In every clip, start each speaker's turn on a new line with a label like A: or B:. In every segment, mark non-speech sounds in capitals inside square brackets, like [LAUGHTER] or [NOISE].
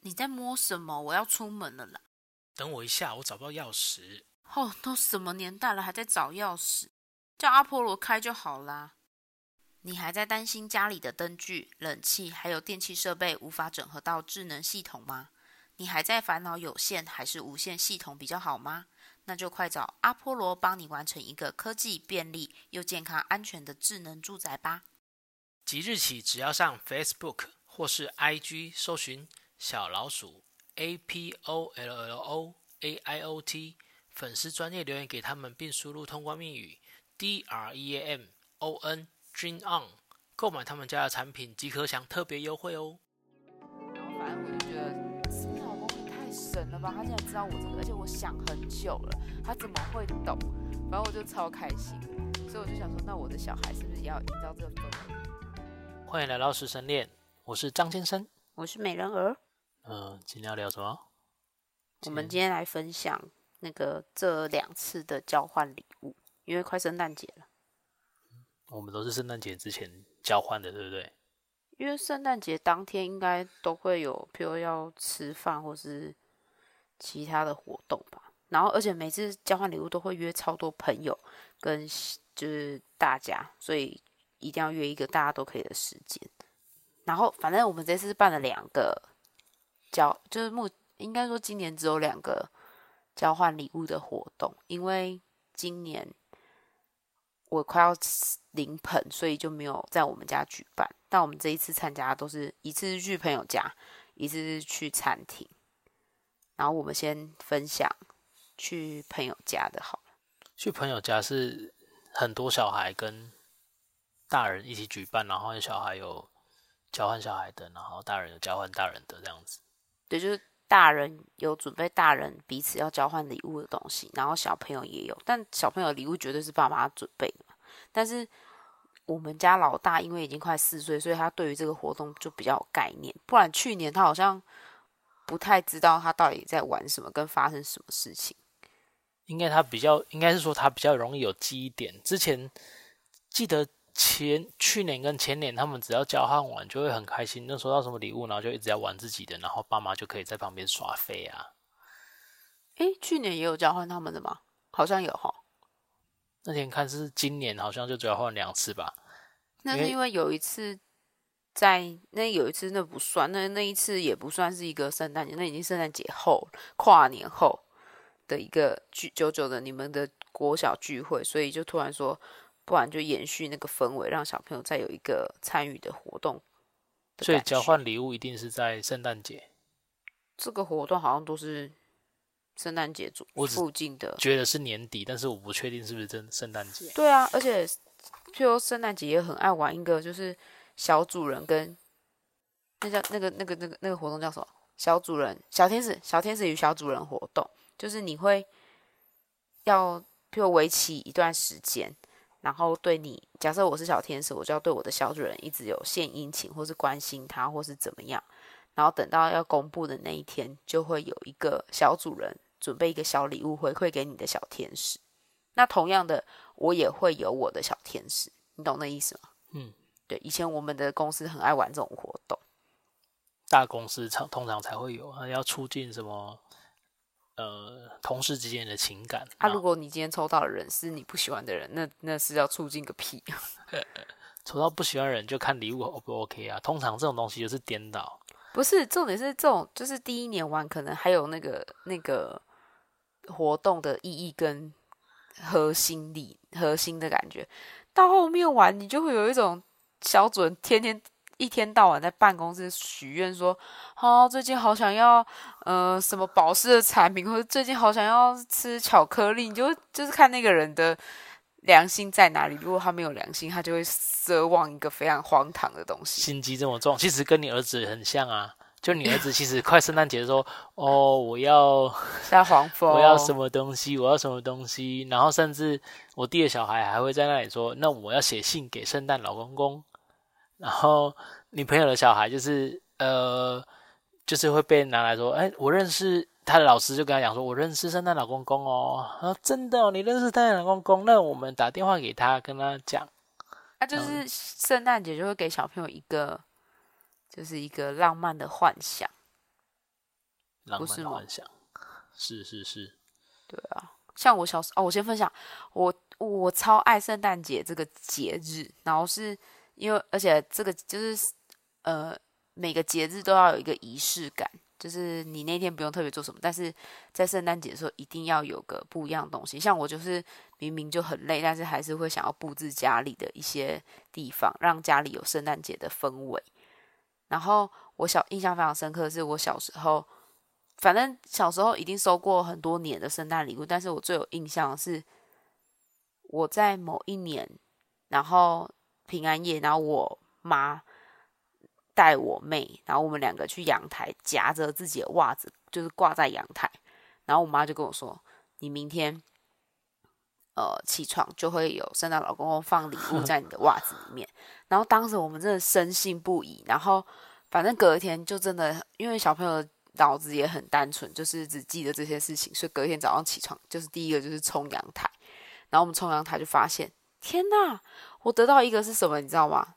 A: 你在摸什么？我要出门了啦！
B: 等我一下，我找不到钥匙。
A: 哦，都什么年代了，还在找钥匙？叫阿波罗开就好啦。你还在担心家里的灯具、冷气还有电器设备无法整合到智能系统吗？你还在烦恼有线还是无线系统比较好吗？那就快找阿波罗帮你完成一个科技便利又健康安全的智能住宅吧。
B: 即日起，只要上 Facebook 或是 IG 搜寻“小老鼠 A P O L L O A I O T” 粉丝专业留言给他们，并输入通关密语 “D R E A M O N Dream On”，购买他们家的产品即可享特别优惠哦。
A: 然后反正我就觉得，死你老公也太神了吧！他竟然知道我这个，而且我想很久了，他怎么会懂？反正我就超开心，所以我就想说，那我的小孩是不是也要营造这个氛围？
B: 欢迎来到食神恋，我是张先生。
A: 我是美人儿，
B: 嗯，今天要聊什么？
A: 我们今天来分享那个这两次的交换礼物，因为快圣诞节了。
B: 我们都是圣诞节之前交换的，对不对？
A: 因为圣诞节当天应该都会有，譬如要吃饭或是其他的活动吧。然后，而且每次交换礼物都会约超多朋友跟就是大家，所以一定要约一个大家都可以的时间。然后，反正我们这次办了两个交，就是目应该说今年只有两个交换礼物的活动，因为今年我快要临盆，所以就没有在我们家举办。但我们这一次参加都是一次是去朋友家，一次是去餐厅。然后我们先分享去朋友家的好了，
B: 去朋友家是很多小孩跟大人一起举办，然后小孩有交换小孩的，然后大人有交换大人的这样子。
A: 对，就是大人有准备大人彼此要交换礼物的东西，然后小朋友也有，但小朋友礼物绝对是爸妈准备的嘛。但是我们家老大因为已经快四岁，所以他对于这个活动就比较有概念。不然去年他好像不太知道他到底在玩什么，跟发生什么事情。
B: 应该他比较，应该是说他比较容易有记忆点。之前记得前去年跟前年，他们只要交换完就会很开心，那收到什么礼物，然后就一直在玩自己的，然后爸妈就可以在旁边耍废啊。
A: 诶，去年也有交换他们的吗？好像有哈。
B: 那天看是今年好像就交换两次吧，
A: 那
B: 因
A: 是
B: 为
A: 因为有一次在那有一次那不算，那那一次也不算是一个圣诞节，那已经圣诞节后跨年后的一个聚久久的你们的国小聚会，所以就突然说，不然就延续那个氛围，让小朋友再有一个参与的活动的
B: 所以
A: 感
B: 交
A: 觉
B: 换礼物一定是在圣诞节。
A: 这个活动好像都是圣诞节组
B: 我只
A: 附近的
B: 觉得是年底，但是我不确定是不是真圣诞节。
A: 对啊，而且譬如圣诞节也很爱玩一个，就是小主人跟那叫那个那个那个那个活动叫什么？小主人、小天使、小天使与小主人活动，就是你会要譬如为期一段时间，然后对你，假设我是小天使，我就要对我的小主人一直有献殷勤，或是关心他，或是怎么样。然后等到要公布的那一天，就会有一个小主人准备一个小礼物回馈给你的小天使。那同样的，我也会有我的小天使，你懂那意思吗？
B: 嗯，
A: 对，以前我们的公司很爱玩这种活动，
B: 大公司常通常才会有，啊要促进什么呃同事之间的情感。
A: 啊，
B: 那
A: 如果你今天抽到的人是你不喜欢的人，那那是要促进个屁！
B: 抽到不喜欢的人就看礼物 O 不 OK 啊。通常这种东西就是颠倒，
A: 不是，重点是这种，就是第一年玩可能还有那个那个活动的意义跟核心力核心的感觉，到后面玩你就会有一种小主人天天一天到晚在办公室许愿说，哦，最近好想要呃什么保湿的产品，或者最近好想要吃巧克力，你就就是看那个人的。良心在哪里？如果他没有良心，他就会奢望一个非常荒唐的东西。
B: 心机这么重，其实跟你儿子很像啊。就你儿子其实快圣诞节的时候，哦，我要
A: 像黄蜂，
B: 我要什么东西，我要什么东西，然后甚至我弟的小孩还会在那里说，那我要写信给圣诞老公公。然后你朋友的小孩就是呃，就是会被拿来说，哎，我认识他的老师就跟他讲说，我认识圣诞老公公哦，啊，真的哦，你认识圣诞老公公，那我们打电话给他，跟他讲。
A: 啊，就是圣诞节就会给小朋友一个，就是一个浪漫的幻想。
B: 浪
A: 不
B: 漫
A: 是
B: 的
A: 吗
B: 幻想，是是是，
A: 对啊，像我小时哦，我先分享，我我超爱圣诞节这个节日，然后是因为而且这个就是呃每个节日都要有一个仪式感，就是你那天不用特别做什么，但是在圣诞节的时候一定要有个不一样的东西。像我就是明明就很累，但是还是会想要布置家里的一些地方，让家里有圣诞节的氛围。然后我小印象非常深刻的是，我小时候反正小时候一定收过很多年的圣诞礼物，但是我最有印象的是我在某一年，然后平安夜，然后我妈带我妹，然后我们两个去阳台夹着自己的袜子，就是挂在阳台，然后我妈就跟我说：“你明天。”呃，起床就会有圣诞老公公放礼物在你的袜子里面，然后当时我们真的深信不疑，然后反正隔一天就真的，因为小朋友的脑子也很单纯，就是只记得这些事情，所以隔天早上起床，就是第一个就是冲阳台，然后我们冲阳台就发现，天呐，我得到一个是什么，你知道吗？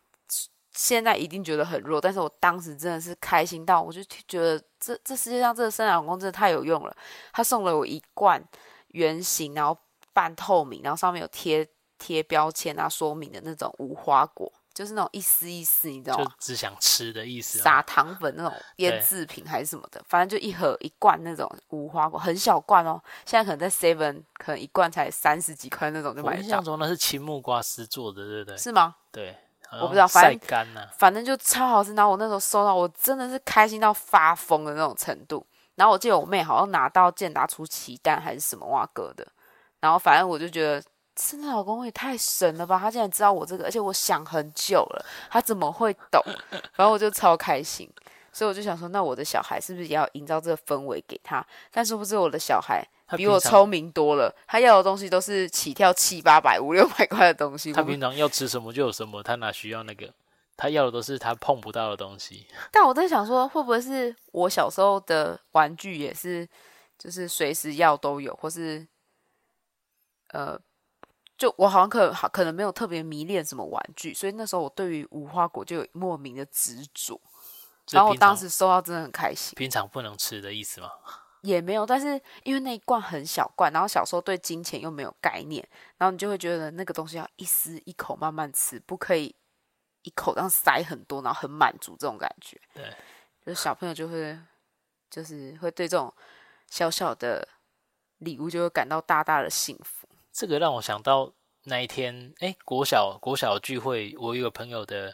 A: 现在一定觉得很弱，但是我当时真的是开心到，我就觉得这这世界上这个生老公真的太有用了。他送了我一罐圆形，然后半透明，然后上面有贴贴标签啊说明的那种无花果，就是那种一丝一丝，你知道吗
B: 就？只想吃的意思啊
A: 撒
B: 嘛。
A: 糖粉那种
B: 对
A: 腌制品还是什么的，反正就一盒一罐那种无花果，很小罐哦。现在可能在 Seven 可能一罐才三十几块那种就
B: 我
A: 买
B: 印
A: 得到
B: 象，中那是青木瓜丝做的，对不对？
A: 是吗？
B: 对，
A: 我不知道反
B: 晒
A: 正
B: 干啊呐、
A: 反正就超好吃。然后我那时候收到，我真的是开心到发疯的那种程度。然后我记得我妹好像拿到健达出奇蛋还是什么哇哥的，然后反正我就觉得。真的老公也太神了吧！他竟然知道我这个，而且我想很久了，他怎么会懂？反正我就超开心，所以我就想说，那我的小孩是不是也要营造这个氛围给他？但殊不知我的小孩
B: 他
A: 比
B: 平
A: 我
B: 常
A: 聪明多了，他要的东西都是起跳七八百、五六百块的东西。
B: 他
A: 我
B: 平常要吃什么就有什么，他哪需要那个？他要的都是他碰不到的东西。
A: 但我在想说，会不会是我小时候的玩具也是，就是随时要都有，或是呃，就我好像可好可能没有特别迷恋什么玩具，所以那时候我对于无花果就有莫名的执着。
B: 这
A: 然后我
B: 平常
A: 当时收到真的很开心，
B: 平常不能吃的意思嘛，
A: 也没有，但是因为那一罐很小罐，然后小时候对金钱又没有概念，然后你就会觉得那个东西要一丝一口慢慢吃，不可以一口这样塞很多，然后很满足这种感觉。
B: 对，
A: 就是小朋友就会就是会对这种小小的礼物就会感到大大的幸福。
B: 这个让我想到那一天，哎，国小国小聚会，我有个朋友的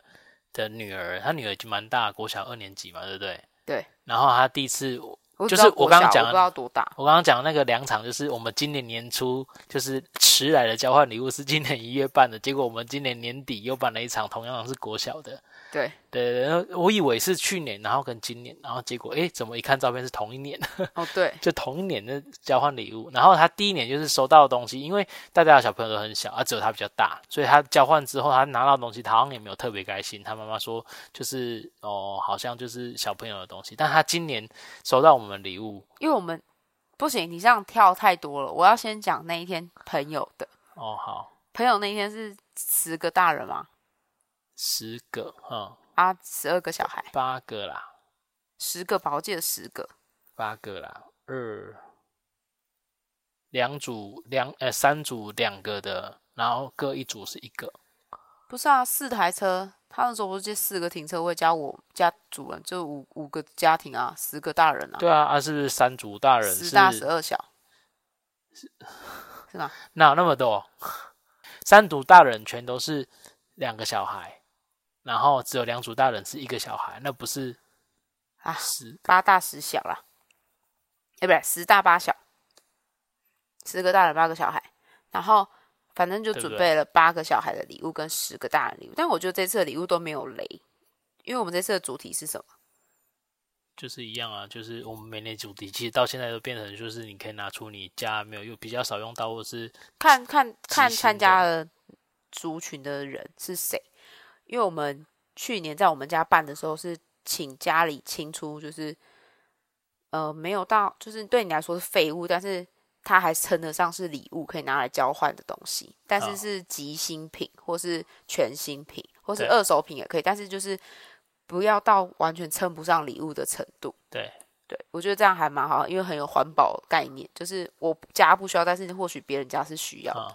B: 的女儿，她女儿已经蛮大，国小二年级嘛，对不对？
A: 对。
B: 然后她第一次，
A: 我只
B: 就
A: 知
B: 是
A: 道
B: 我
A: 国
B: 刚刚
A: 小我
B: 讲的
A: 不知道多大，
B: 我刚刚讲的那个两场，就是我们今年年初就是迟来的交换礼物是今年一月办的，结果我们今年年底又办了一场，同样是国小的。
A: 对，
B: 对对对，然后我以为是去年，然后跟今年，然后结果诶，怎么一看照片是同一年， [LAUGHS]
A: 哦对，
B: 就同一年的交换礼物。然后他第一年就是收到的东西，因为大家的小朋友都很小，啊，只有他比较大，所以他交换之后，他拿到的东西，他好像也没有特别开心。他妈妈说，就是哦，好像就是小朋友的东西。但他今年收到我们的礼物，
A: 因为我们不行，你这样跳太多了，我要先讲那一天朋友的，
B: 哦，好，
A: 朋友那一天是十个大人嘛，
B: 十个，嗯。
A: 啊，十二个小孩，
B: 八个啦，
A: 十个吧，我记得十个，
B: 八个啦，二两组两呃三组两个的，然后各一组是一个，
A: 不是啊，四台车，他那时候不是借四个停车位加我加主人，就五五个家庭啊，十个大人啊，
B: 对啊，啊是不是三组大人
A: 十
B: 是
A: 大十二小，是吗？
B: 哪有那么多？三组大人全都是两个小孩，然后只有两组大人是一个小孩，那不是
A: 啊，
B: 十
A: 八大十小啦，哎、不对，十大八小，十个大人八个小孩，然后反正就
B: 对不
A: 准
B: 对
A: 备了八个小孩的礼物跟十个大人礼物，但我觉得这次的礼物都没有雷，因为我们这次的主题是什么？
B: 就是一样啊，就是我们每年主题其实到现在都变成就是你可以拿出你家没有用比较少用到或是
A: 看看看
B: 行
A: 参
B: 的
A: 加的族群的人是谁，因为我们去年在我们家办的时候是请家里清出，就是呃没有到，就是对你来说是废物，但是它还称得上是礼物，可以拿来交换的东西，但
B: 哦
A: 是是即新品或是全新品或是
B: 对
A: 二手品也可以，但是就是不要到完全称不上礼物的程度。
B: 对，
A: 对，我觉得这样还蛮好，因为很有环保概念，就是我家不需要，但是或许别人家是需要的。
B: 啊、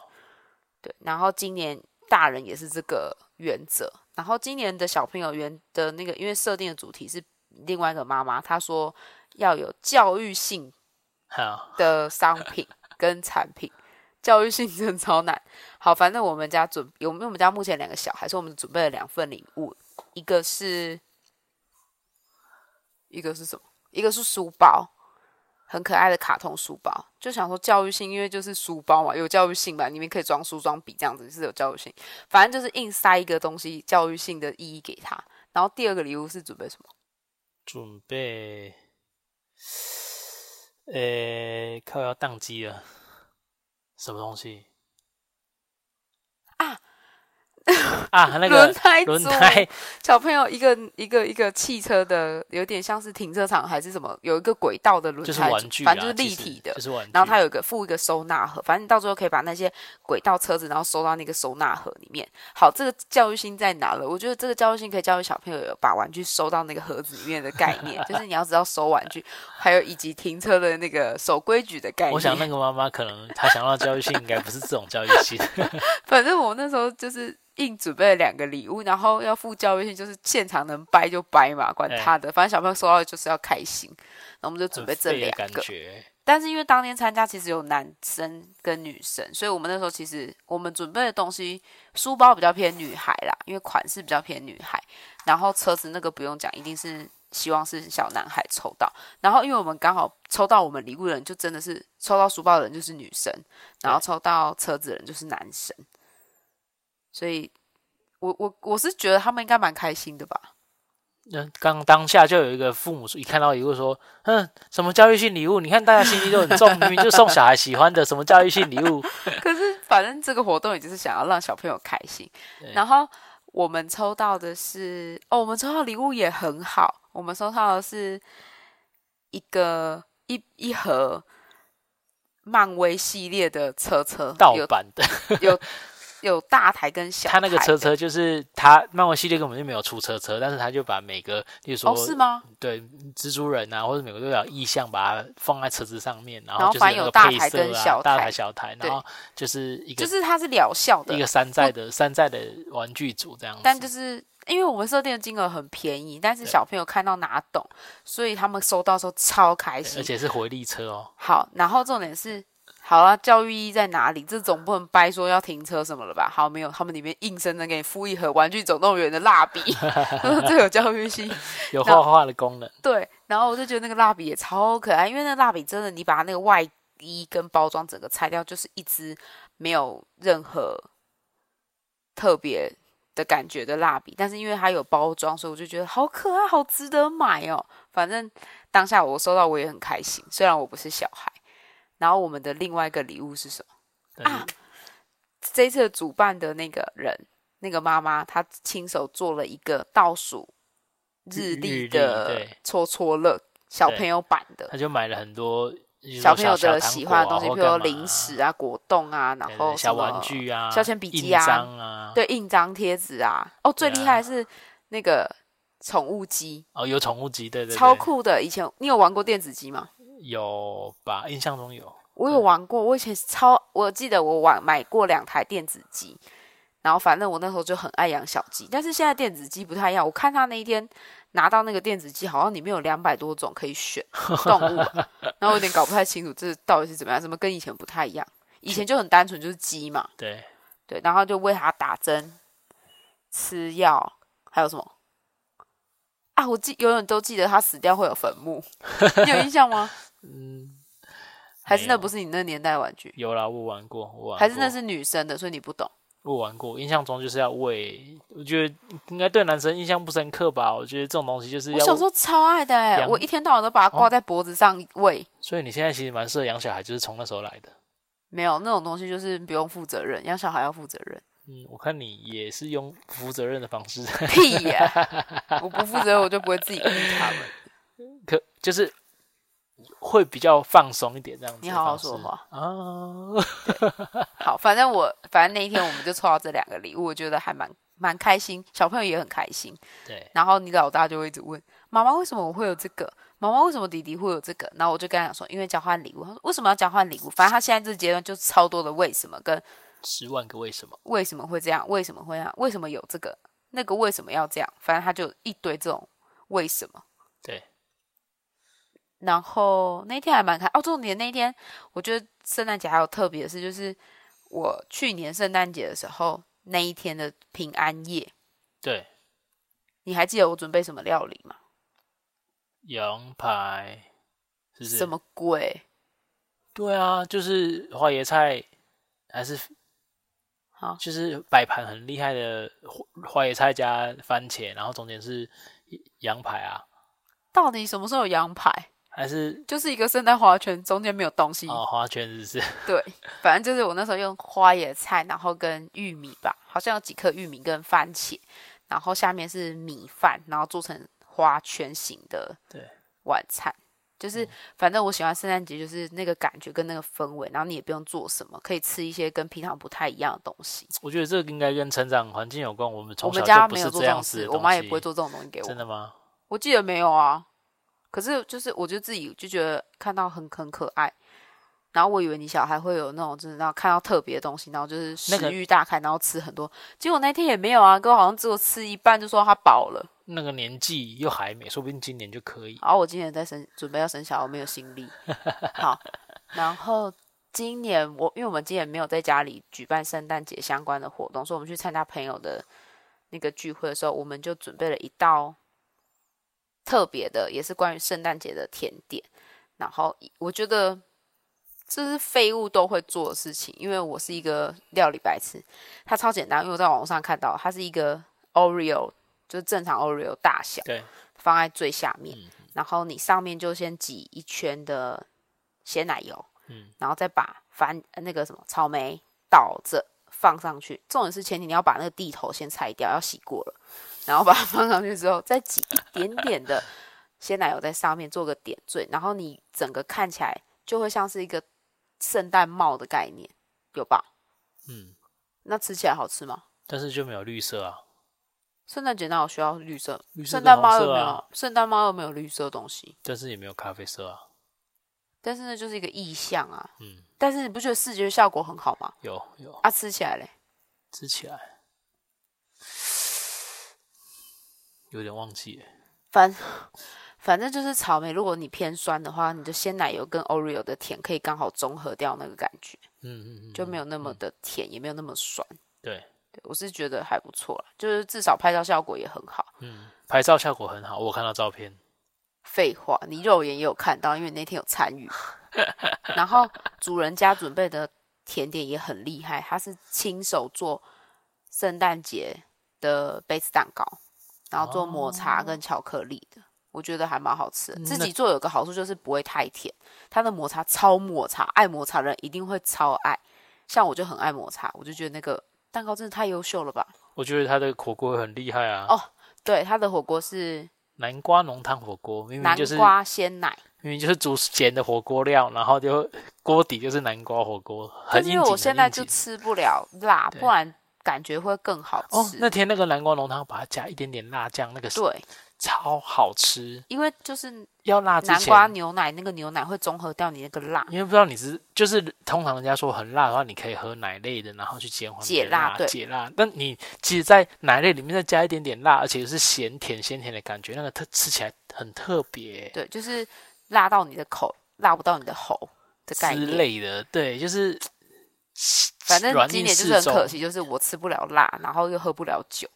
A: 对，然后今年大人也是这个原则，然后今年的小朋友原的那个，因为设定的主题是另外一个妈妈，她说要有教育性
B: 好，
A: 的商品跟产品，教育性真的超难。好，反正我们家准，有因为我们家目前两个小孩，所以我们准备了两份礼物，一个是，一个是什么？一个是书包，很可爱的卡通书包。就想说教育性，因为就是书包嘛，有教育性吧，里面可以装书、装笔，这样子就是有教育性。反正就是硬塞一个东西教育性的意义给他。然后第二个礼物是准备什么？
B: 准备，呃，靠，要宕机了，什么东西？
A: 啊
B: 啊，那
A: 轮
B: 个
A: 胎
B: 轮
A: 组
B: 胎，
A: 小朋友一个一个一个汽车的，有点像是停车场还是什么，有一个轨道的轮
B: 就是
A: 胎组，
B: 玩具啊，
A: 反正就是立
B: 其实
A: 体的。
B: 就是玩具。
A: 然后它有一个附一个收纳盒，反正你到最后可以把那些轨道车子，然后收到那个收纳盒里面。好，这个教育性在哪了？我觉得这个教育性可以教育小朋友有把玩具收到那个盒子里面的概念，就是你要知道收玩具，还有以及停车的那个守规矩的概念。
B: 我想那个妈妈可
A: [LAUGHS]
B: 能她想要的教育性，应该不是这种教育性。
A: 反正我那时候就是硬准备了两个礼物，然后要付教育性，就是现场能掰就掰嘛，
B: 哎
A: 管他的，反正小朋友收到的就是要开心。然后我们就准备这
B: 很废
A: 两
B: 的感
A: 个，
B: 觉，
A: 但是因为当天参加其实有男生跟女生，所以我们那时候其实我们准备的东西，书包比较偏女孩啦，因为款式比较偏女孩，然后车子那个不用讲，一定是希望是小男孩抽到。然后因为我们刚好抽到我们礼物的人，就真的是抽到书包的人就是女生，然后抽到车子的人就是男生，所以我我我是觉得他们应该蛮开心的吧。
B: 那刚当下就有一个父母一看到礼物说：“哼，什么教育性礼物？你看大家心机都很重，明明就送小孩喜欢的，什么教育性礼物 [LAUGHS]
A: 可是反正这个活动也就是想要让小朋友开心
B: 对。
A: 然后我们抽到的是，哦，我们抽到礼物也很好，我们抽到的是一个一一盒漫威系列的车车，
B: 盗
A: 有
B: 版的？
A: 有有大台跟小
B: 他
A: 台，
B: 那个车。车就是他漫威系列根本就没有出车车，但是他就把每个，例如说、
A: 哦，是吗？
B: 对蜘蛛人啊，或者美国队长意象，把它放在车子上面，然
A: 然后
B: 就是
A: 反正有
B: 有那个
A: 大
B: 配
A: 台
B: 色
A: 跟
B: 啊，
A: 小
B: 大
A: 台
B: 台小台，
A: 对
B: 然后就是一个
A: 就是它是疗效的
B: 一，个山寨的山寨的玩具组这样子。
A: 但就是因为我们设定的金额很便宜，但是
B: 对
A: 小朋友看到拿懂，所以他们收到的时候超开心
B: 而。且是回力车哦，
A: 好，然后重点是，好啊，教育意义在哪里？这总不能掰说要停车什么了吧？好，没有，他们里面硬生生给你附一盒《玩具总动员》的蜡笔， [LAUGHS] 他说这有教育性。
B: 有
A: 那
B: 画画的功能。
A: 对，然后我就觉得那个蜡笔也超可爱，因为那蜡笔真的，你把那个外衣跟包装整个拆掉，就是一支没有任何特别的感觉的蜡笔。但是因为它有包装，所以我就觉得好可爱，好值得买哦。反正当下我收到我也很开心，虽然我不是小孩。然后我们的另外一个礼物是什么？
B: 但是
A: 啊这一次主办的那个人，那个妈妈，她亲手做了一个倒数日
B: 日
A: 历
B: 历
A: 的
B: 对
A: 戳戳乐，小
B: 对
A: 朋友版的。
B: 他就买了很多就是
A: 小
B: 说
A: 朋友
B: 小
A: 的
B: 糖
A: 喜
B: 果
A: 欢的
B: 啊
A: 东西，
B: 或
A: 譬
B: 干
A: 如
B: 嘛
A: 零食啊、果冻啊，
B: 对
A: 然
B: 对
A: 后
B: 小
A: 什么
B: 玩具啊、
A: 消遣笔记
B: 印
A: 啊
B: 章啊，
A: 对，印章贴纸啊。哦，最厉
B: 对啊
A: 害的是那个宠物机，
B: 哦，有宠物机，对对，
A: 超
B: 对，
A: 酷的。以前你有玩过电子鸡吗？
B: 有吧？印象中有，
A: 我有
B: 对
A: 玩过，我以前超，我记得我玩买过两台电子鸡，然后反正我那时候就很爱养小鸡，但是现在电子鸡不太一样。我看他那一天拿到那个电子鸡，好像里面有两百多种可以选动物吧，然后我有点搞不太清楚这到底是怎么样，怎么跟以前不太一样。以前就很单纯就是鸡嘛，
B: 对，
A: 对，然后就为它打针、吃药，还有什么啊？我记永远都记得它死掉会有坟墓，你有印象吗？
B: [LAUGHS] 嗯，
A: 还是
B: 没
A: 那
B: 有
A: 不是你那年代的玩具？
B: 有啦，我玩过，我玩过，
A: 还是那是女生的，所以你不懂。
B: 我玩过，印象中就是要喂，我觉得应该对男生印象不深刻吧？我觉得这种东西就是
A: 我
B: 要
A: 小时，候超爱的、欸，
B: 养哦
A: 我一天到晚都把它挂在脖子上喂。
B: 所以你现在其实蛮适合养小孩，就是从那时候来的。
A: 没有那种东西，就是不用负责任，养小孩要负责任。
B: 嗯，我看你也是用不负责任的方式，
A: 屁
B: [LAUGHS]
A: 呀、我不负责任，我就不会自己育他们。
B: 可就是会比较放松一点这样子。
A: 你好好说话。
B: 啊， [LAUGHS]
A: 好，反正我反正那一天我们就抽到这两个礼物，我觉得还蛮蛮开心，小朋友也很开心。
B: 对，
A: 然后你老大就会一直问妈妈为什么我会有这个，妈妈为什么弟弟会有这个？然后我就跟他讲说，因为交换礼物。他说为什么要交换礼物？反正他现在这阶段就超多的为什么跟
B: 十万个为什么，
A: 为什么会这样，为什么会这样，为什么有这个那个为什么要这样，反正他就一堆这种为什么。
B: 对，
A: 然后那天还蛮开哦，重点那一天，我觉得圣诞节还有特别的事，就是我去年圣诞节的时候那一天的平安夜，
B: 对，
A: 你还记得我准备什么料理吗？
B: 羊排是不是？
A: 什么鬼？
B: 对啊，就是花椰菜，还是
A: 好
B: 就是摆盘很厉害的花花椰菜加番茄，然后中间是羊排啊，
A: 到底什么时候有羊排？
B: 还是
A: 就是一个圣诞花圈，中间没有东西。
B: 哦花圈是不是？ [LAUGHS]
A: 对，反正就是我那时候用花椰菜，然后跟玉米吧，好像有几颗玉米跟番茄，然后下面是米饭，然后做成花圈型的
B: 对嗯
A: 晚餐。就是反正我喜欢圣诞节，就是那个感觉跟那个氛围，然后你也不用做什么，可以吃一些跟平常不太一样的东西。
B: 我觉得这个应该跟成长环境有关。我们
A: 我
B: 从
A: 们
B: 小
A: 家
B: 就不
A: 没
B: 是
A: 有做
B: 这
A: 这
B: 样
A: 种
B: 子的
A: 事，
B: 东西，
A: 我妈也不会做这种东西给我
B: 真。的吗？
A: 我记得没有啊，可是就是我就自己就觉得看到很很可爱，然后我以为你小孩会有那种就是然后看到特别的东西，然后就是
B: 那
A: 食
B: 个
A: 欲大开，然后吃很多，结果那天也没有啊，哥好像只有吃一半就说他饱了，
B: 那个年纪又还没，说不定今年就可以。
A: 然后我今年在生准备要生小孩，我没有心力，好，然后。今年我因为我们今年没有在家里举办圣诞节相关的活动，所以我们去参加朋友的那个聚会的时候，我们就准备了一道特别的，也是关于圣诞节的甜点。然后我觉得这是废物都会做的事情，因为我是一个料理白痴。它超简单，因为我在网络上看到，它是一个 Oreo，就是正常 Oreo 大小，
B: 对，
A: 放在最下面，
B: 嗯
A: 然后你上面就先挤一圈的鲜奶油，
B: 嗯，
A: 然后再把番呃那个什么草莓倒着放上去。重点是前提你要把那个地头先拆掉，要洗过了，然后把它放上去之后，再挤一点点的鲜奶油在上面做个点缀，然后你整个看起来就会像是一个圣诞帽的概念，有吧？
B: 嗯，
A: 那吃起来好吃吗？
B: 但是就没有绿色啊，
A: 圣诞节哪有需要绿色？
B: 绿色
A: 圣
B: 跟
A: 诞
B: 红
A: 帽又
B: 色
A: 没
B: 啊
A: 有，圣诞帽又没有绿色的东西。
B: 但是也没有咖啡色啊。
A: 但是呢，就是一个意象啊。
B: 嗯，
A: 但是你不觉得视觉效果很好吗？
B: 有有
A: 啊，吃起来嘞，
B: 吃起来有点忘记了。
A: 反 [LAUGHS] 反正就是草莓，如果你偏酸的话，你的鲜奶油跟 Oreo 的甜可以刚好中和掉那个感觉，
B: 嗯嗯嗯，
A: 就没有那么的甜，也没有那么酸。
B: 对，
A: 对我是觉得还不错啦，就是至少拍照效果也很好。
B: 嗯，拍照效果很好，我有看到照片。
A: 废话，你肉眼也有看到，因为你那天有参与。然后主人家准备的甜点也很厉害，他是亲手做圣诞节的杯子蛋糕，然后做抹茶跟巧克力的，我觉得还蛮好吃的。
B: 那
A: 自己做有个好处就是不会太甜，它的抹茶超抹茶，爱抹茶的人一定会超爱。像我就很爱抹茶，我就觉得那个蛋糕真的太优秀了吧？
B: 我觉得他的火锅很厉害啊，
A: 哦对，它的火锅是
B: 南瓜浓汤火锅，明明
A: 南
B: 就是
A: 瓜鲜奶。
B: 明明就是煮咸的火锅料，然后就锅底就是南瓜火锅，很
A: 就是
B: 应
A: 因为我
B: 景。
A: 现
B: 很
A: 在
B: 应
A: 就
B: 景
A: 吃不了辣，
B: 对
A: 不然感觉会更好
B: 哦，
A: 吃。
B: 那天那个南瓜浓汤把它加一点点辣酱，那个是
A: 对，
B: 超好吃。
A: 因为就是
B: 要辣啊之
A: 南
B: 前，嗯
A: 瓜牛奶，那个牛奶会中和掉你那个辣，
B: 因为不知道你是就是通常人家说很辣的话，你可以喝奶类的，然后去减缓你
A: 解
B: 的
A: 辣对
B: 解辣。但你其实，在奶类里面再加一点点辣，而且是咸甜咸甜的感觉，那个特吃起来很特别
A: 对，就是辣到你的口，辣不到你的喉的概
B: 之
A: 念。
B: 类的。对，就是
A: 反正
B: 软
A: 今
B: 硬
A: 年就
B: 适
A: 是很
B: 中
A: 可惜，就是我吃不了辣，然后又喝不了酒。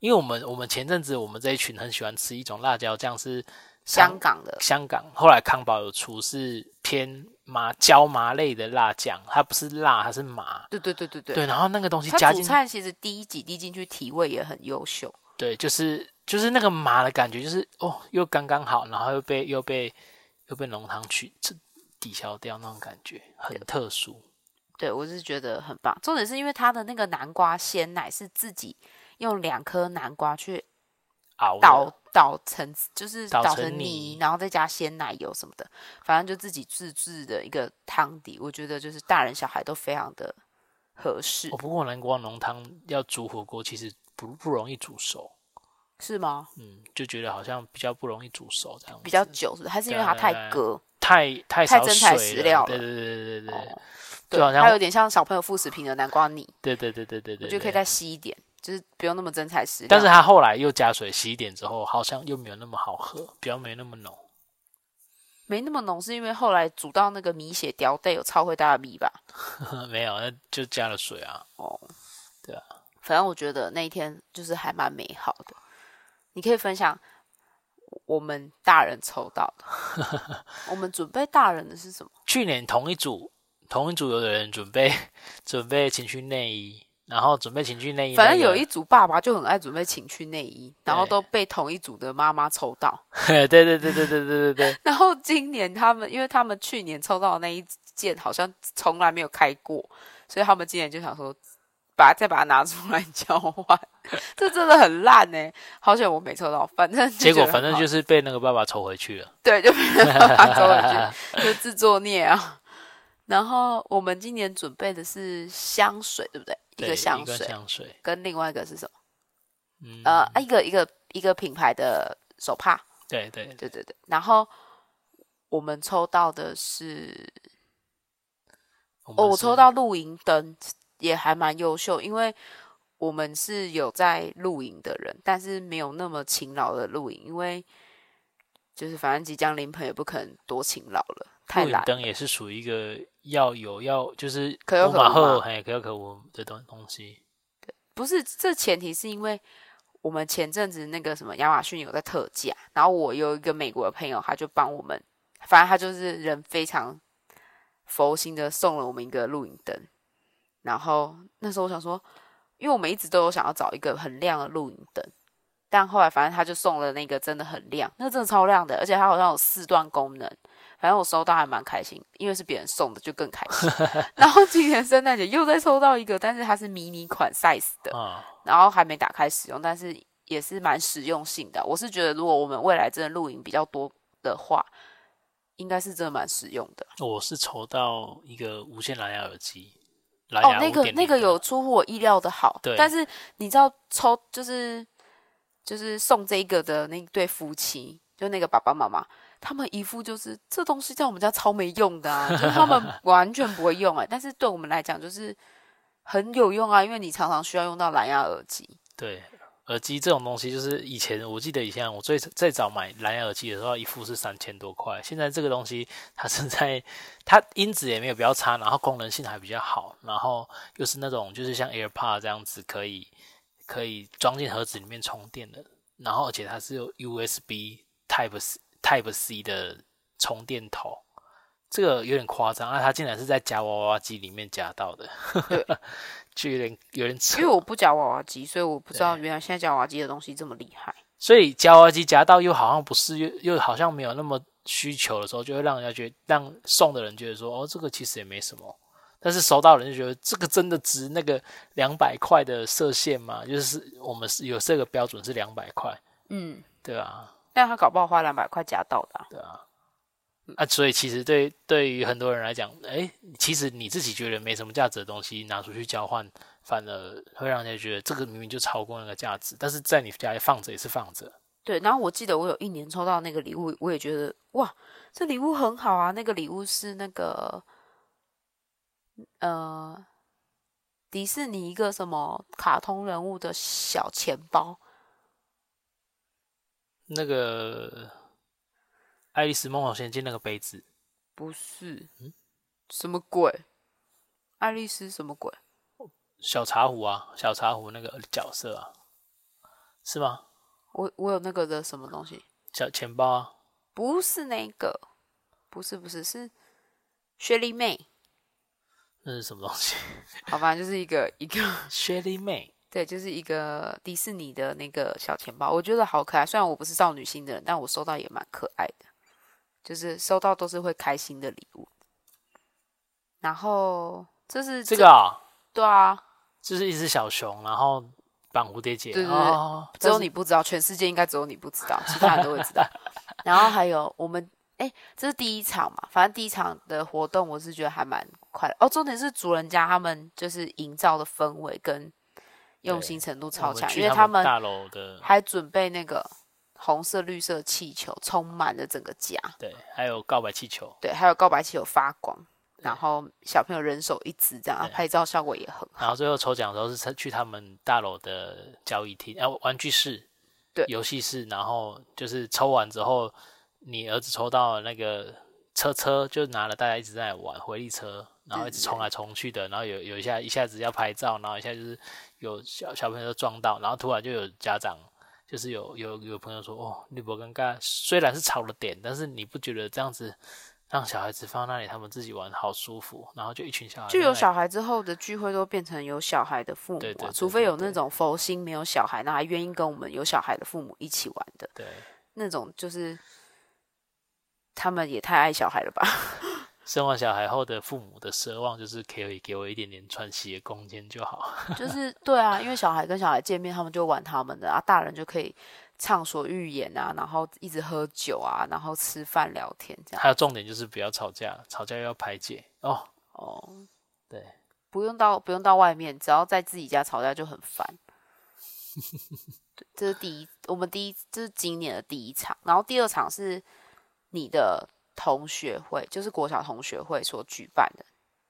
B: 因为我们我们前阵子我们这一群很喜欢吃一种辣椒酱是香
A: 香港的
B: 香港，后来康宝有出是偏麻椒麻类的辣酱，它不是辣，它是麻。
A: 对对对对对，
B: 对，然后那个东西
A: 它
B: 加
A: 主
B: 进，
A: 菜其实第一集滴进去提味也很优秀。
B: 对，就是就是那个麻的感觉，就是哦，又刚刚好，然后又被又被又被浓汤去这抵消掉那种感觉，很特殊。
A: 对，我是觉得很棒。重点是因为它的那个南瓜鲜奶是自己用两颗南瓜去
B: 熬的
A: 捣捣成就是
B: 哦捣
A: 捣
B: 成
A: 成
B: 泥
A: 泥，然后再加鲜奶油什么的，反正就自己自制的一个汤底，我觉得就是大人小孩都非常的合适
B: 哦哦，。不过南瓜浓汤要煮火锅其实不不容易煮熟，
A: 是吗？
B: 嗯，就觉得好像比较不容易煮熟这样子，
A: 比较久是不是？还是因为
B: 对
A: 它
B: 啊对
A: 太
B: 对
A: 隔？
B: 太太
A: 太
B: 少
A: 真材
B: 水
A: 实料
B: 对
A: 了
B: 对对对对
A: 哦
B: 就好像
A: 它有点像小朋友副食品的南瓜泥，
B: 对对对对对对
A: 我
B: 对，
A: 觉得可以
B: 对
A: 再稀一点，就是不用那么真材实料。
B: 但是它后来又加水洗一点之后，好像又没有那么好喝，比较没那么浓。 [LAUGHS]
A: 没那么浓，是因为后来煮到那个米血掉带有超会大的米吧？
B: 没有，那就加了水啊。
A: 哦，
B: 对啊，
A: 反正我觉得那一天就是还蛮美好的。你可以分享我们大人抽到
B: [LAUGHS]
A: 的，我们准备大人的是什么？
B: 去年同一组，同一组有的人准备准备情趣内衣，然后准备情趣内衣那个、
A: 反正有一组爸爸就很爱准备情趣内衣，然后
B: 对
A: 都被同一组的妈妈抽到。
B: [LAUGHS] 对对对对对对
A: [LAUGHS]
B: 对对，
A: 然后今年他们，因为他们去年抽到的那一件好像从来没有开过，所以他们今年就想说，把再把它拿出来交换。 [LAUGHS] 这真的很烂呢、好险我没抽到，反正就
B: 结果
A: 觉得
B: 反正
A: 很好
B: 就是被那个爸爸抽回去了。
A: 对，就没办法 [LAUGHS] 抽回去，就自作孽啊。然后我们今年准备的是香水，对不对？一
B: [LAUGHS] 对
A: 个香
B: 一个
A: 水，
B: 香水，
A: 跟另外一个是什么？
B: 嗯，
A: 呃，啊一个一个一个品牌的手帕，
B: 对对，
A: 对对对。然后我们抽到的是哦，
B: 们
A: 我
B: 是
A: 抽到露营灯也还蛮优秀，因为我们是有在露营的人，但是没有那么勤劳的露营，因为就是反正即将临盆，也不可能多勤劳了，太
B: 录影
A: 懒。
B: 灯也是属于一个要有要就是
A: 可有
B: 乌
A: 可
B: 马
A: 无
B: 赫
A: 嘛
B: 嘿可有可无的东东西。
A: 不是，这前提是因为我们前阵子那个什么亚马逊有在特价，然后我有一个美国的朋友，他就帮我们，反正他就是人非常佛心的送了我们一个录影灯。然后那时候我想说，因为我们一直都有想要找一个很亮的录影灯，但后来反正他就送了那个真的很亮，那个真的超亮的，而且它好像有四段功能。反正我收到还蛮开心，因为是别人送的就更开心。 [LAUGHS] 然后今年圣诞节又再抽到一个，但是它是迷你款 size 的，
B: 啊、
A: 然后还没打开使用，但是也是蛮实用性的。我是觉得，如果我们未来真的露营比较多的话，应该是真的蛮实用的。
B: 我是抽到一个无线蓝牙耳机，蓝
A: 哦
B: 牙，
A: 那个
B: 5.0
A: 那个
B: 的
A: 有出乎我意料的好，
B: 对
A: 但是你知道抽就是就是送这一个的那对夫妻，就那个爸爸妈妈，他们一副就是这东西在我们家超没用的 [LAUGHS] 啊，就是他们完全不会用哎、但是对我们来讲就是很有用啊，因为你常常需要用到蓝牙耳机。
B: 对，耳机这种东西，就是以前我记得以前啊我最最早买蓝牙耳机的时候，一副是三千多块。现在这个东西，它是在它音质也没有比较差，然后功能性还比较好，然后又是那种就是像 AirPod 这样子，可以可以装进盒子里面充电的，然后而且它是有 USB Type C Type C 的充电头。这个有点夸张，啊那、它竟然是在夹娃娃机里面夹到的， [LAUGHS] 就有点有点扯
A: 因为。我不夹娃娃机，所以我不知道
B: 对
A: 原来现在夹娃娃机的东西这么厉害。
B: 所以夹娃娃机夹到又好像不是，又又好像没有那么需求的时候，就会让人家觉得让送的人觉得说，哦，这个其实也没什么。但是收到的人就觉得这个真的值那个两百块的射线吗？就是我们是有这个标准是两百块，
A: 嗯，
B: 对啊，
A: 但他搞不好花两百块夹到的啊、
B: 对啊，啊，所以其实对对于很多人来讲，哎，其实你自己觉得没什么价值的东西拿出去交换，反而会让人家觉得这个明明就超过那个价值，但是在你家里放着也是放着，
A: 对，然后我记得我有一年抽到那个礼物，我也觉得哇，这礼物很好啊。那个礼物是那个呃迪士尼一个什么卡通人物的小钱包，
B: 那个《爱丽丝梦游仙境》那个杯子，
A: 不是
B: 嗯？
A: 什么鬼？爱丽丝什么鬼？
B: 小茶壶啊，小茶壶那个角色啊，是吗？
A: 我我有那个的什么东西？
B: 小钱包啊，
A: 不是那个，不是不是是雪莉妹。
B: 那是什么东西？ [LAUGHS]
A: 好吧，就是一个 [LAUGHS] 一个，
B: 雪莉妹，
A: 对，就是一个迪士尼的那个小钱包，我觉得好可爱。虽然我不是少女心的人，但我收到也蛮可爱的，就是收到都是会开心的礼物。然后这是
B: 这个啊，
A: 对啊，
B: 就是一只小熊，然后绑蝴蝶结
A: 对对对
B: 哦，
A: 只有你不知道，全世界应该只有你不知道，其他人都会知
B: [LAUGHS]
A: 道。然后还有我们，哎，这是第一场嘛，反正第一场的活动我是觉得还蛮快乐哦。重点是主人家他们就是营造的氛围跟，用心程度超
B: 我
A: 强，
B: 去
A: 因为
B: 他
A: 们
B: 大楼的
A: 还准备那个红色、绿色气球，充满了整个家。
B: 对，还有告白气球，
A: 对，还有告白气球发光，然后小朋友人手一支，这样啊拍照效果也很好。
B: 然后最后抽奖的时候是去他们大楼的交易厅，啊，玩具室，
A: 对
B: 游戏室，然后就是抽完之后，你儿子抽到那个车车，就拿了大家一直在玩回力车，然后一直冲来冲去的，然后有有一下一下子要拍照，然后一下就是有小小朋友撞到，然后突然就有家长。就是有有有朋友说，哦，绿博尴尬，虽然是吵了点，但是你不觉得这样子让小孩子放那里，他们自己玩好舒服，然后就一群小孩
A: 就
B: 在
A: 有
B: 那里
A: 小孩之后的聚会都变成有小孩的父母、啊，
B: 对对对
A: 除非有
B: 对
A: 那
B: 对
A: 种佛心没有小孩，那还愿意跟我们有小孩的父母一起玩的
B: 对，
A: 那种，就是他们也太爱小孩了吧？ [LAUGHS]
B: 生完小孩后的父母的奢望就是可以给我一点点喘息的空间就好。 [LAUGHS]
A: 就是对啊，因为小孩跟小孩见面，他们就玩他们的啊，大人就可以畅所欲言啊，然后一直喝酒啊，然后吃饭聊天这样。
B: 还有重点就是不要吵架，吵架要排解哦。
A: 哦，
B: 对，
A: 不用到不用到外面，只要在自己家吵架就很烦。对这是第一，我们第一这是今年的第一场，然后第二场是你的同学会，就是国小同学会所举办的。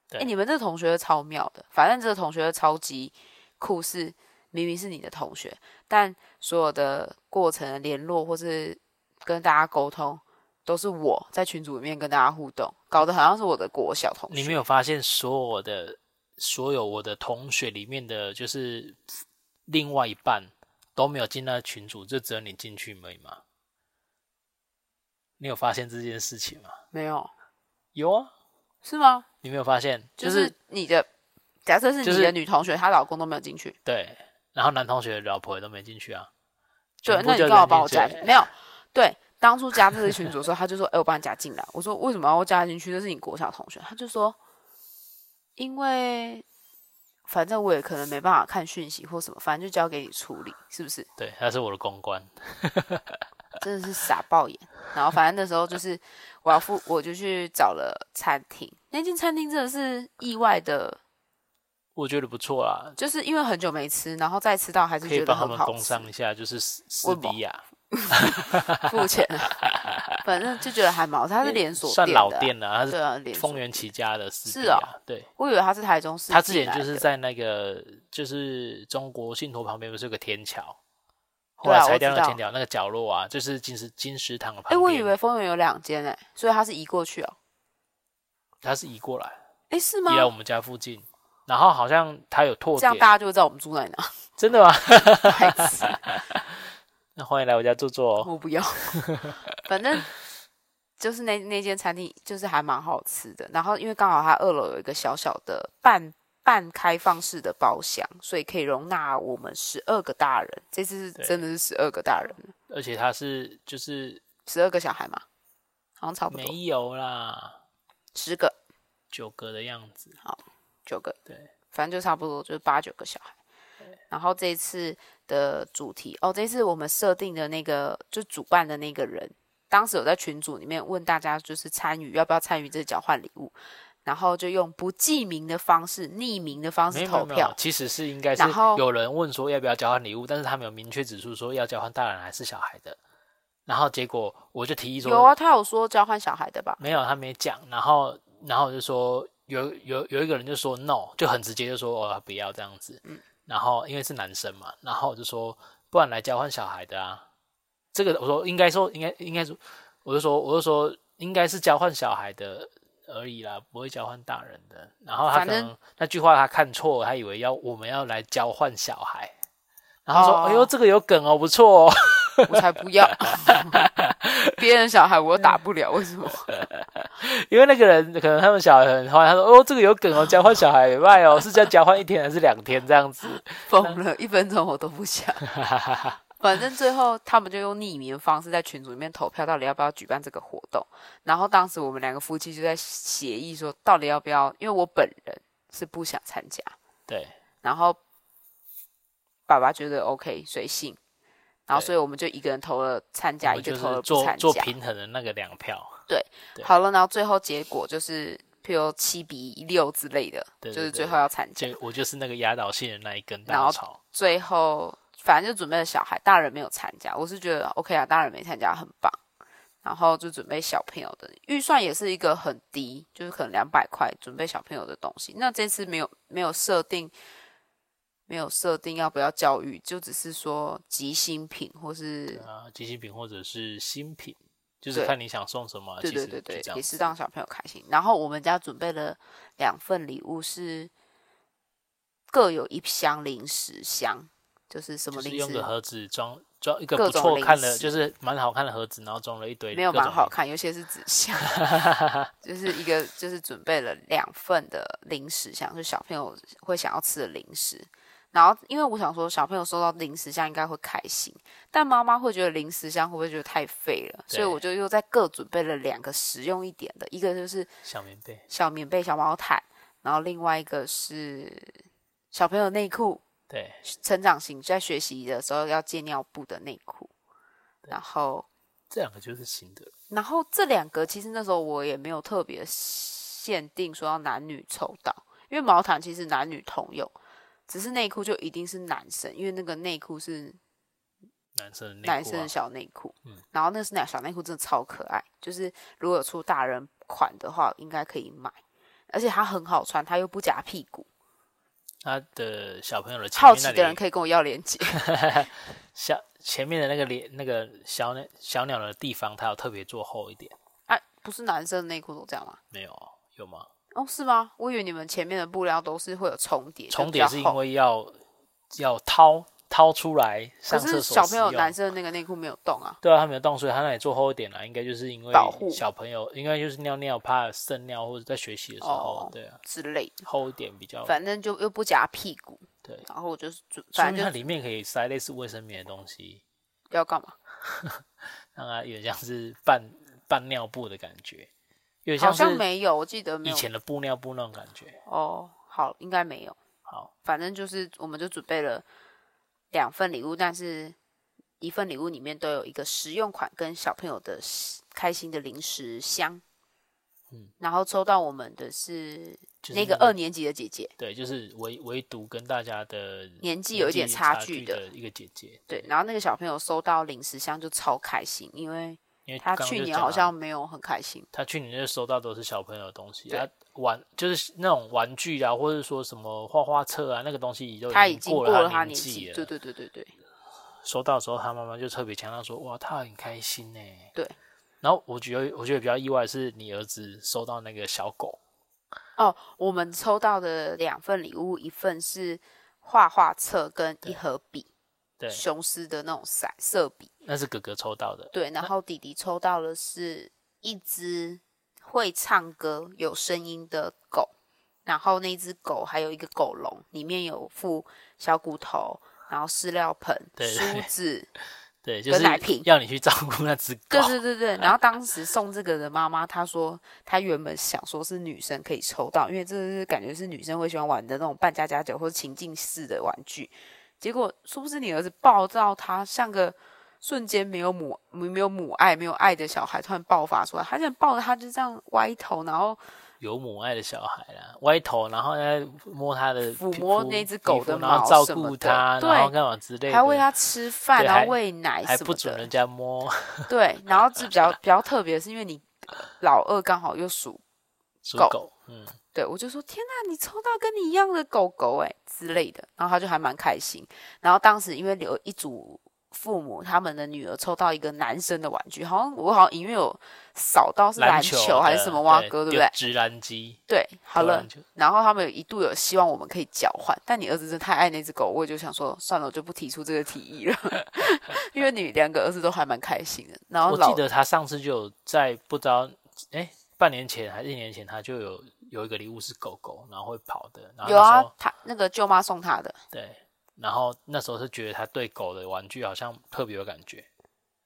B: 对
A: 诶你们这个同学会超妙的，反正这个同学会超级酷是，明明是你的同学，但所有的过程的联络或是跟大家沟通，都是我在群组里面跟大家互动，搞得好像是我的国小同学。
B: 你没有发现所有的所有我的同学里面的就是另外一半都没有进那群组，就只有你进去而已吗？你有发现这件事情吗？
A: 没有
B: 有啊，
A: 是吗？
B: 你没有发现？
A: 就
B: 就是
A: 是你的，假设是
B: 就
A: 你
B: 是
A: 的女同学，她老公都没有进去，
B: 对，然后男同学的老婆也都没进去啊。
A: 对，
B: 全部
A: 那你
B: 就
A: 刚好
B: 跟
A: 帮
B: 你
A: 我加
B: 姐
A: 进，没有，对，当初加这个群组的时候，他就说，哎、我帮你加进来，我说为什么要加进去？这是你国小同学，他就说，因为反正我也可能没办法看讯息或什么，反正就交给你处理，是不是？
B: 对，他是我的公关。
A: 真的是傻爆眼。然后反正那时候就是我要付，我就去找了餐厅，那间餐厅真的是意外的，
B: 我觉得不错啦，
A: 就是因为很久没吃，然后再吃到还是
B: 可以
A: 觉得
B: 帮他
A: 很
B: 们
A: 好
B: 工
A: 吃。
B: 商一下，就是斯
A: 为
B: 斯
A: 什么
B: 比亚，
A: 付
B: [LAUGHS]
A: 钱了，反正就觉得还蛮好吃。它是连锁
B: 算
A: 店
B: 老
A: 的啊，
B: 店了，它是
A: 对啊，连锁
B: 丰。原起家的斯比
A: 是
B: 亚，对，
A: 我以为它是台中市进来的，
B: 他之前就是在那个就是中国信托旁边不是有个天桥，后
A: 对
B: 来
A: 啊
B: 拆
A: 我
B: 掉那
A: 知
B: 个
A: 道
B: 天桥那个角落啊，就是金石金石堂的旁
A: 哎，
B: 边，
A: 我以为丰原有两间哎，所以它是移过去哦。
B: 他是移过来，
A: 哎，是吗
B: 移？来我们家附近，然后好像他有拓
A: 这样
B: 点，
A: 大家就会知道我们住在
B: [LAUGHS]
A: 哪。
B: 真的吗？
A: 白痴
B: 那欢迎来我家坐坐哦。
A: 我
B: [LAUGHS]
A: 不要，反正就是那那间餐厅就是还蛮好吃的。然后因为刚好它二楼有一个小小的半半开放式的包厢，所以可以容纳我们十二个大人。这次是
B: 对
A: 真的是十二个大人，
B: 而且他是就是
A: 十二个小孩嘛，好像差不多
B: 没有啦，
A: 十个
B: 九个的样子，
A: 九个，
B: 对，
A: 反正就差不多就是八九个小孩。然后这一次的主题哦，这一次我们设定的那个就主办的那个人，当时有在群组里面问大家，就是参与要不要参与这个交换礼物，然后就用不记名的方式、匿名的方
B: 没
A: 式
B: 有
A: 投
B: 没有没有
A: 票，，
B: 其实是应该是
A: 然后
B: 有人问说要不要交换礼物，但是他没有明确指出说要交换大人还是小孩的。然后结果我就提议说，
A: 有啊，他有说交换小孩的吧？
B: 没有，他没讲。然后然后我就说有有有一个人就说 no，就很直接就说哦不要这样子。
A: 嗯
B: 然后因为是男生嘛，然后我就说不然来交换小孩的啊。这个我说应该说应该应该说，我就说我就说应该是交换小孩的而已啦，不会交换大人的。然后他可
A: 反正
B: 能那句话他看错，他以为要我们要来交换小孩。然后说：“
A: 哦
B: 哎呦，这个有梗哦，不错哦。
A: 我才不
B: [LAUGHS]
A: 要， [LAUGHS] 别人小孩我又打不了，为什么？
B: 因为那个人可能他们小孩很坏，他说：‘哦，这个有梗哦，交换小孩也卖哦，是叫交换一天还是两天这样子？’
A: 疯了，一分钟我都不
B: [LAUGHS]
A: 想。反正最后他们就用匿名的方式在群组里面投票，到底要不要举办这个活动。然后当时我们两个夫妻就在协议说，到底要不要？因为我本人是不想参加，
B: 对
A: 然后爸爸觉得 OK 随性，然后
B: 对
A: 所以我们就一个人投了参
B: 我
A: 加，
B: 们
A: 一
B: 就
A: 个投
B: 是
A: 了不
B: 做
A: 参
B: 做
A: 加。
B: 平衡的那个两票，对
A: 好了，然后最后结果就是譬如七比六之类的，
B: 对
A: 就
B: 对
A: 是最
B: 对
A: 后要参加。
B: 这我就是那个压倒性的那一根
A: 然
B: 稻
A: 后
B: 草。
A: 最后反正就准备了小孩，大人没有参加，我是觉得 OK 啊，大人没参加很棒。然后就准备小朋友的预算也是一个很低，就是可能两百块准备小朋友的东西。那这次没有没有设定，没有设定要不要教育，就只是说即兴品或是
B: 啊，即兴品或者是新品，就是
A: 对
B: 看你想送什么啊。
A: 对
B: 其
A: 对
B: 实
A: 对对
B: 就这，样
A: 也是
B: 子
A: 让小朋友开心。然后我们家准备了两份礼物是各有一箱零食箱，就是什么
B: 就是
A: 零
B: 用
A: 食
B: 个盒子装装一个
A: 各
B: 不
A: 种
B: 错
A: 零
B: 看的，
A: 食
B: 就是蛮好看的盒子，然后装了一堆
A: 没有
B: 各
A: 蛮
B: 种
A: 好
B: 零
A: 看，有些是纸
B: [LAUGHS]
A: 箱，就是一个就是准备了两份的零食箱，就是小朋友会想要吃的零食。然后，因为我想说，小朋友收到零食箱应该会开心，但妈妈会觉得零食箱会不会觉得太废了？所以
B: 对
A: 我就又在各准备了两个实用一点的，一个就是
B: 小棉被，
A: 小棉被、小毛毯，然后另外一个是小朋友内裤，
B: 对，
A: 成长型在学习的时候要借尿布的内裤。然后
B: 这两个就是新的了，
A: 然后这两个其实那时候我也没有特别限定说要男女抽到，因为毛毯其实男女通用，只是内裤就一定是男生，因为那个内裤是
B: 男生的内裤、啊、
A: 男生的小内裤，
B: 嗯
A: 然后那是那小内裤真的超可爱，就是如果有出大人款的话，应该可以买，而且它很好穿，它又不夹屁股。
B: 他的小朋友的前
A: 好
B: 面
A: 奇
B: 那
A: 的人
B: 里，
A: 可以跟我要链
B: [LAUGHS]
A: 接，
B: 小前面的那个脸那个小鸟小鸟的地方，它有特别做厚一点，
A: 哎、不是男生的内裤都这样吗？
B: 没有啊有吗？
A: 哦，是吗？我以为你们前面的布料都是会有重叠，就
B: 重
A: 比
B: 叠
A: 较
B: 是
A: 厚
B: 因为要要掏掏出来
A: 可
B: 上厕
A: 是
B: 所
A: 小朋友
B: 使用
A: 男生的那个内裤没有动啊。
B: 对啊，他没有动，所以他那里做厚一点啦，啊应该就是因为
A: 保护
B: 小朋友，应该就是尿尿怕渗尿或者在学习的时候，
A: 哦
B: 对啊，
A: 之类的，
B: 厚一点比较
A: 反正就又不夹屁股，
B: 哦对。
A: 然后我就是准，
B: 说
A: 反
B: 明它
A: 正就
B: 里面可以塞类似卫生棉的东西，
A: 要干嘛？
B: 让它有点像是半半尿布的感觉，有点
A: 好像
B: 是
A: 没有，我记得没
B: 以
A: 有。
B: 前的布尿布那种感觉。
A: 哦，好，应该没有。
B: 好，
A: 反正就是我们就准备了两份礼物，但是一份礼物里面都有一个实用款跟小朋友的食开心的零食箱。
B: 嗯，
A: 然后抽到我们的是
B: 就是
A: 那个二年级的姐姐，
B: 对，就是唯唯独跟大家的
A: 年纪有一点
B: 年纪
A: 差距
B: 距
A: 的。
B: 一个姐姐，
A: 对，然后那个小朋友收到零食箱就超开心，因为
B: 因为
A: 他
B: 哎刚刚
A: 去
B: 就
A: 年
B: 讲
A: 好
B: 到
A: 像没有很开心。
B: 他去年就收到都是小朋友的东西，
A: 对
B: 他玩就是那种玩具啊，或者说什么画画册啊，那个东西都
A: 他
B: 已
A: 已
B: 经
A: 经过
B: 了
A: 了他
B: 年
A: 纪，
B: 了。
A: 对对对对对，
B: 收到的时候，他妈妈就特别强调说：“哇，他很开心呢。”
A: 对。
B: 然后我觉得，我觉得比较意外的是你儿子收到那个小狗，
A: 哦，我们抽到的两份礼物，一份是画画册跟一盒笔，
B: 对，
A: 雄狮的那种彩色笔，
B: 那是哥哥抽到的，
A: 对，然后弟弟抽到的是一只会唱歌、有声音的狗，然后那只狗还有一个狗笼，里面有附小骨头，然后饲料盆、
B: 对对
A: 梳子，
B: 对，就
A: 跟
B: 是
A: 奶瓶
B: 要你去照顾那只狗
A: 对，对对对，然后当时送这个的妈妈，她说她原本想说是女生可以抽到，因为这是感觉是女生会喜欢玩的那种扮家家酒或者情境式的玩具。结果殊不知你儿子抱到他像个瞬间没有母没有母爱没有爱的小孩突然爆发出来，他竟然抱着他就这样歪头，然后
B: 有母爱的小孩啦，歪头，然后呢摸他的
A: 抚
B: 皮
A: 摸
B: 肤
A: 那只
B: 皮
A: 狗
B: 肤
A: 的
B: 然后
A: 毛
B: 照
A: 什么
B: 顾
A: 的
B: 它，
A: 对
B: 然后干嘛之类的，
A: 还喂他吃饭，
B: 对
A: 然后
B: 还
A: 喂奶
B: 还
A: 什
B: 不
A: 么
B: 准人
A: 的，
B: 家摸，
A: 对。然后这比较比较特别，是因为你老二刚好又属
B: 属
A: 狗
B: 狗，嗯，
A: 对，我就说天呐，你抽到跟你一样的狗狗哎、之类的，然后他就还蛮开心。然后当时因为有一组父母他们的女儿抽到一个男生的玩具，好像我好像隐约有扫到是篮
B: 球
A: 球还
B: 的
A: 是什么蛙哥，对不
B: 丢
A: 对？
B: 直篮机，
A: 对，好
B: 丢
A: 了
B: 篮。球
A: 然后他们有一度有希望我们可以交换，但你儿子真的太爱那只狗，我也就想说算了，我就不提出这个提议了， [LAUGHS] 因为你两个儿子都还蛮开心的。然后
B: 我记
A: 老
B: 得他上次就有在不知道哎、诶半年前还是一年前，他就有有一个礼物是狗狗，然后会跑的，然后
A: 有
B: 那
A: 啊
B: 时候、，
A: 他那个舅妈送他的，
B: 对，然后那时候是觉得他对狗的玩具好像特别有感觉，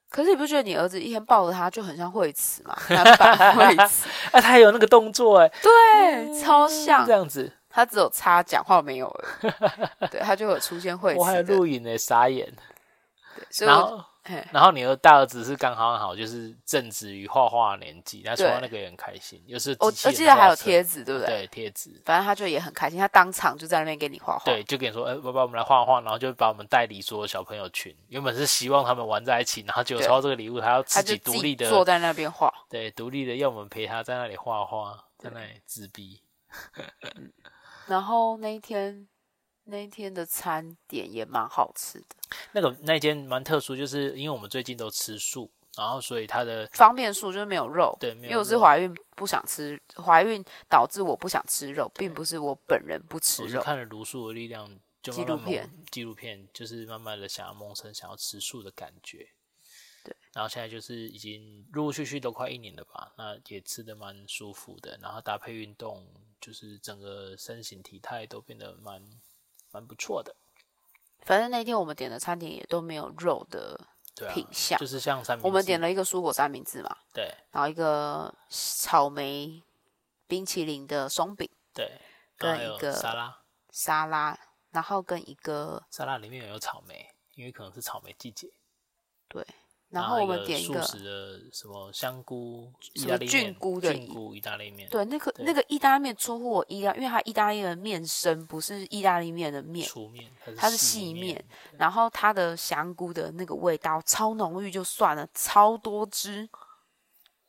A: 可是你不觉得你儿子一天抱着它就很像惠慈吗？男版惠
B: [LAUGHS]
A: 慈，
B: 啊，他有那个动作哎、
A: 对，嗯超像
B: 这。样子，
A: 他只有插讲话没有而已，对他就有出现惠
B: 我还有
A: 慈的，
B: 录影哎、傻眼，
A: 对所以
B: 然
A: 我
B: 后
A: 嘿
B: 然后你的大儿子是刚好好就是正值于画画的年纪，他抽到那个也很开心，又是
A: 我
B: 机器
A: 我
B: 人
A: 记得还有
B: 画册
A: 贴纸，哎对不对？
B: 对贴纸，
A: 反正他就也很开心，他当场就在那边给你画画。
B: 对，就跟你说，哎、爸爸，我们来画画，然后就把我们带离所有小朋友群，原本是希望他们玩在一起，然后结果
A: 对
B: 抽到这个礼物，他要
A: 他
B: 自
A: 就
B: 己
A: 自
B: 独立
A: 己
B: 的，
A: 坐在那边画。
B: 对，独立的要我们陪他在那里画画，在那里自闭。
A: 然后那一天那一天的餐点也蛮好吃的，
B: 那个那间蛮特殊，就是因为我们最近都吃素，然后所以他的
A: 方便素就是没有肉，
B: 对没
A: 因
B: 有
A: 为我是
B: 肉
A: 怀孕不想吃，怀孕导致我不想吃肉，并不是我本人不吃
B: 我是
A: 肉。
B: 看了《卢素的力量》就
A: 纪
B: 慢慢
A: 录
B: 萌
A: 片，
B: 纪录片就是慢慢的想要萌生想要吃素的感觉。
A: 对，
B: 然后现在就是已经陆陆续续都快一年了吧，那也吃的蛮舒服的，然后搭配运动，就是整个身形体态都变得蛮蛮不错的。
A: 反正那天我们点的餐点也都没有肉的
B: 对啊
A: 品，相，
B: 就是像三明治，
A: 我们点了一个蔬果三明治嘛，
B: 对
A: 然后一个草莓冰淇淋的松饼
B: 对，然后还
A: 跟一
B: 有
A: 个
B: 沙拉，
A: 沙拉，然后跟一个
B: 沙拉里面有草莓，因为可能是草莓季节。
A: 对，然后我们点
B: 一
A: 一
B: 个
A: 个
B: 啊素食的什么香菇意
A: 什
B: 大
A: 么
B: 利
A: 菌
B: 面
A: 菇的
B: 菌菇意大利面，
A: 对，那个
B: 对
A: 那个意大利面出乎我意料，因为它意大利的面身不是意大利面的面，
B: 粗面，
A: 它
B: 是
A: 是细面
B: 面，，
A: 然后它的香菇的那个味道超浓郁，就算了，超多汁。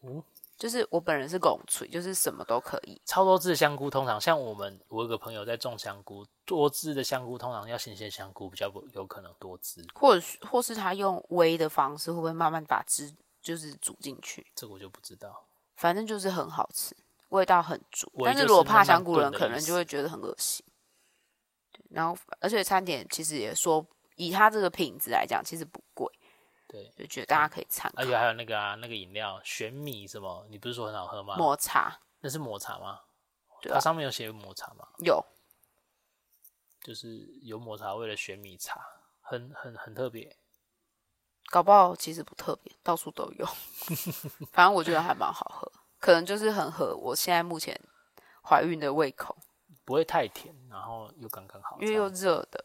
B: 哦
A: 就是我本人是拱嘴，就是什么都可以。
B: 超多汁的香菇通常像我们，我有个朋友在种香菇，多汁的香菇通常要新鲜香菇比较不有可能多汁，
A: 或者是或是他用煨的方式，会不会慢慢把汁就是煮进去？
B: 这个我就不知道。
A: 反正就是很好吃，味道很足。
B: 煨
A: 但是
B: 就
A: 如果
B: 是
A: 怕
B: 慢慢
A: 香菇
B: 炖
A: 人，
B: 的
A: 可
B: 意
A: 能就
B: 思
A: 会觉得很恶心。对然后，而且餐点其实也说，以它这个品质来讲，其实不贵，
B: 对，
A: 就觉得大家可以参考
B: 而且还有那个啊，那个饮料玄米什么，你不是说很好喝吗？
A: 抹茶。
B: 那是抹茶吗？
A: 对
B: 它
A: 啊，
B: 上面有写抹茶吗？
A: 有
B: 就是有抹茶味的玄米茶，很很很特别。
A: 搞不好其实不特别，到处都
B: [LAUGHS]
A: 有。反正我觉得还蛮好喝，可能就是很合我现在目前怀孕的胃口，
B: 不会太甜，然后又刚刚好，
A: 因为
B: 这样
A: 又热的，